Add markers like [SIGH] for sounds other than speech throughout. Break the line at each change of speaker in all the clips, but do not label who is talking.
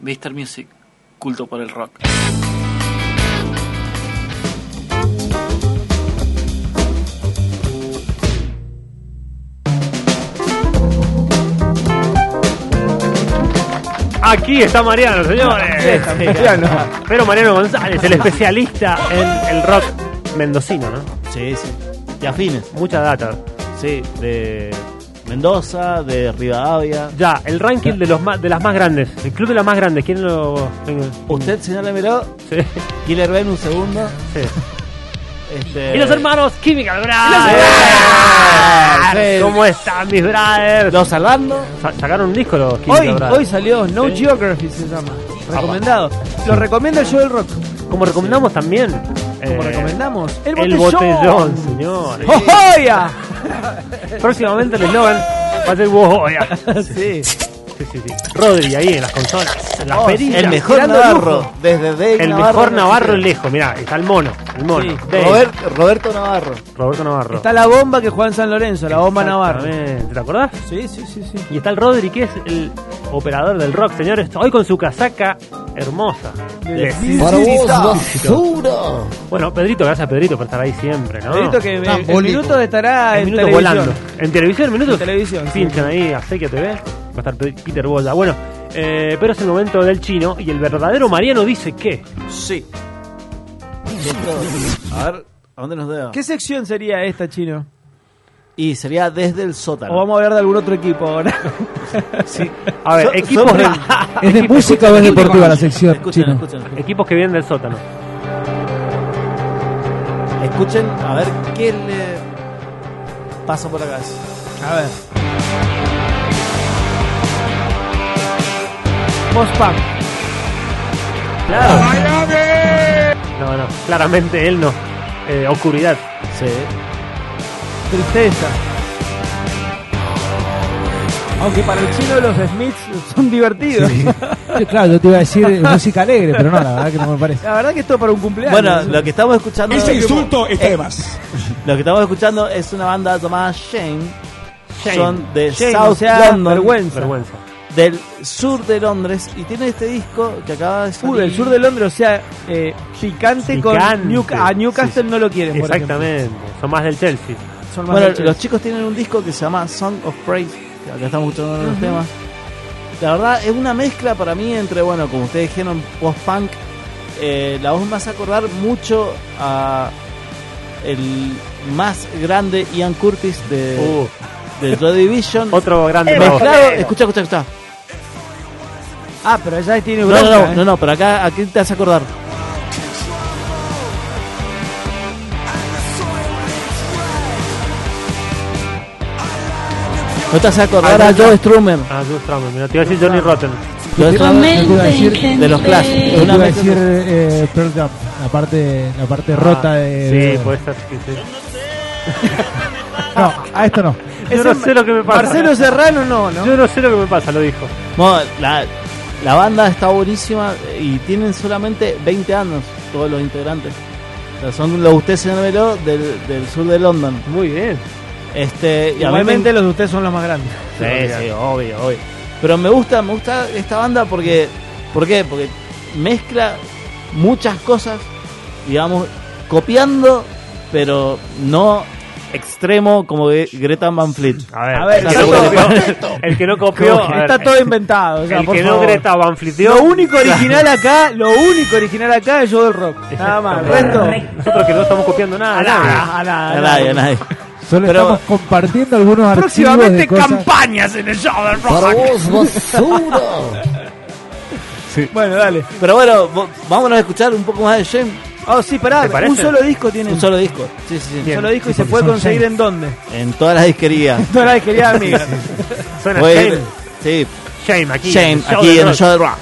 Mr. Music, culto por el rock.
Aquí está Mariano,
Ah,
señores. Pero Mariano González, el especialista en el rock mendocino, ¿no?
Sí, sí. Y afines.
Mucha data.
Sí, de Mendoza, de Rivadavia.
Ya, el ranking de los ma- de las más grandes. El club de las más grandes. ¿Quién lo.? Venga.
Usted, señor Lemeló,
Sí,
Killer Ben, un segundo.
[LAUGHS]
sí.
Este...
Y
Eh.
los hermanos Química
hermanos!
Brothers. ¿Cómo están mis brothers?
Los Arlando.
Sa- sacaron un disco los Química
Hoy,
Brothers.
hoy salió No
Sí.
Geography, se llama. Recomendado. Lo recomienda el show del rock.
Como recomendamos también.
Como
eh,
recomendamos. El,
El botellón, señor.
¡Ojoya!
Próximamente el eslogan va a ser Wojoya.
[LAUGHS] Sí.
Sí, sí, sí. Rodri ahí en las consolas, en
Oh,
las perillas.
el mejor
tirando
Navarro.
lujo.
Desde Dave
El
Navarro.
mejor Navarro
Argentina.
lejos, mirá, está el mono, el mono.
Sí.
Dave,
Robert- Roberto Navarro.
Roberto Navarro.
Está la bomba que juega en San Lorenzo, la bomba Navarro.
Exactamente, ¿Te acordás?
Sí, sí, sí, sí.
Y está el Rodri, que es el operador del rock, señores. Hoy con su casaca hermosa. Les- Bueno, Pedrito, gracias Pedrito por estar ahí siempre, ¿no?
Pedrito que
Está
el
bólico.
minuto
Ah.
estará
El
en
minuto
televisión.
volando. En televisión, minutos.
En televisión, sí.
Pinchan ahí a Sequia TV. Va a estar Pe- Peter Bolla. Bueno, eh, pero es el momento del chino y el verdadero Mariano dice que.
Sí. A ver, ¿a dónde nos deja?
¿Qué sección sería esta, Chino?
Y sería desde el
¿O
sótano.
vamos a hablar de algún otro equipo ahora?
A ver,
So-
equipos,
son-
del-
¿Es de música o es deportiva la sección?
Escuchen,
chino?
escuchen, escuchen.
equipos que vienen del sótano.
Escuchen, a ver qué le pasa por la cabeza.
A ver. Post-punk.
Claro. No, no, claramente él no. Eh, oscuridad.
Sí.
Tristeza. Aunque para el chino los Smiths son divertidos.
Sí, Claro, yo te iba a decir eh, música alegre, pero no, la verdad que no me
[LAUGHS]
parece.
La verdad que esto es para un cumpleaños.
Bueno, lo que estamos escuchando.
Ese insulto es
Lo que estamos escuchando es una banda llamada Shame.
Shame.
Son de
Shame,
South
o sea,
London,
vergüenza.
Vergüenza.
del sur de Londres, y tiene este disco que acaba de salir.
Uh, del sur de Londres, o sea, eh, picante,
Picante.
con Newca- a Newcastle
Sí, sí.
no lo quieren. por ejemplo.
Exactamente. Son más del Chelsea.
Son más
Bueno,
derechos.
los chicos tienen un disco que se llama Song of Praise, que acá estamos escuchando uno de los temas. La verdad es una mezcla para mí entre, bueno, como ustedes dijeron, post-punk. Eh, la voz me hace acordar mucho a el más grande Ian Curtis de,
Uh,
de Joy
[LAUGHS]
Division.
otro grande. para vos.
mezclado, escucha, escucha, escucha.
Ah, pero allá tiene
No,
bronca.
no, no,
¿eh?
no, no, pero acá, ¿a qué te hace acordar? No te hace acordar a Joe Strummer.
Ah, Joe Strummer, mira, te iba a decir Johnny Rotten.
Joe Strummer
Yo te iba a decir,
de los Clash.
yo
Es
te
una
iba a
mezcla-
decir eh, Pearl Jam, la parte, la parte rota
Ah,
de.
Sí, pues. puede ser. sí, sí.
No, a esto no.
Yo
Ese
no
es
sé lo que me pasa.
Marcelo Serrano no, ¿no?
Yo no sé lo que me pasa, lo dijo.
No, la, la banda está buenísima y tienen solamente 20 años todos los integrantes. O sea, son los ustedes en del, del sur de London.
Muy bien.
Este, y a mí me
Igualmente los de ustedes son los más grandes.
Sí, sí, obvio, obvio. Pero me gusta, me gusta esta banda porque. ¿Por qué? Porque mezcla muchas cosas, digamos, copiando, pero no extremo como Gre- Greta Van Fleet.
A ver,
A ver,
el, que
nosotros-
no copió, el que no copió. a ver,
Está todo inventado. O sea,
el
por
que no
favor.
Greta Van Flitió.
Lo único original acá, lo único original acá es yo del rock. Nada más. El resto.
Nosotros que no estamos copiando nada. nada.
Ah, nada,
A
nada.
nadie, a nadie.
Solo
Pero-
estamos compartiendo algunos archivos de
Próximamente
cosas.
campañas en el show del rock. Bueno, dale.
Pero bueno, vo- vámonos a escuchar un poco más de Shame.
Oh, sí, pará.
¿Te parece?
Un solo disco tiene.
Un solo disco. Sí, sí, sí.
solo disco y
Sí,
se
porque
puede
son
conseguir
seis.
en dónde.
En todas las disquerías.
No la quería amiga.
Suena
Voy a ir-
Shame.
Sí,
Shame aquí.
Shame,
el show
aquí
de
en el
rock.
show de rock.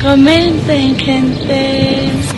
Comenten, gente.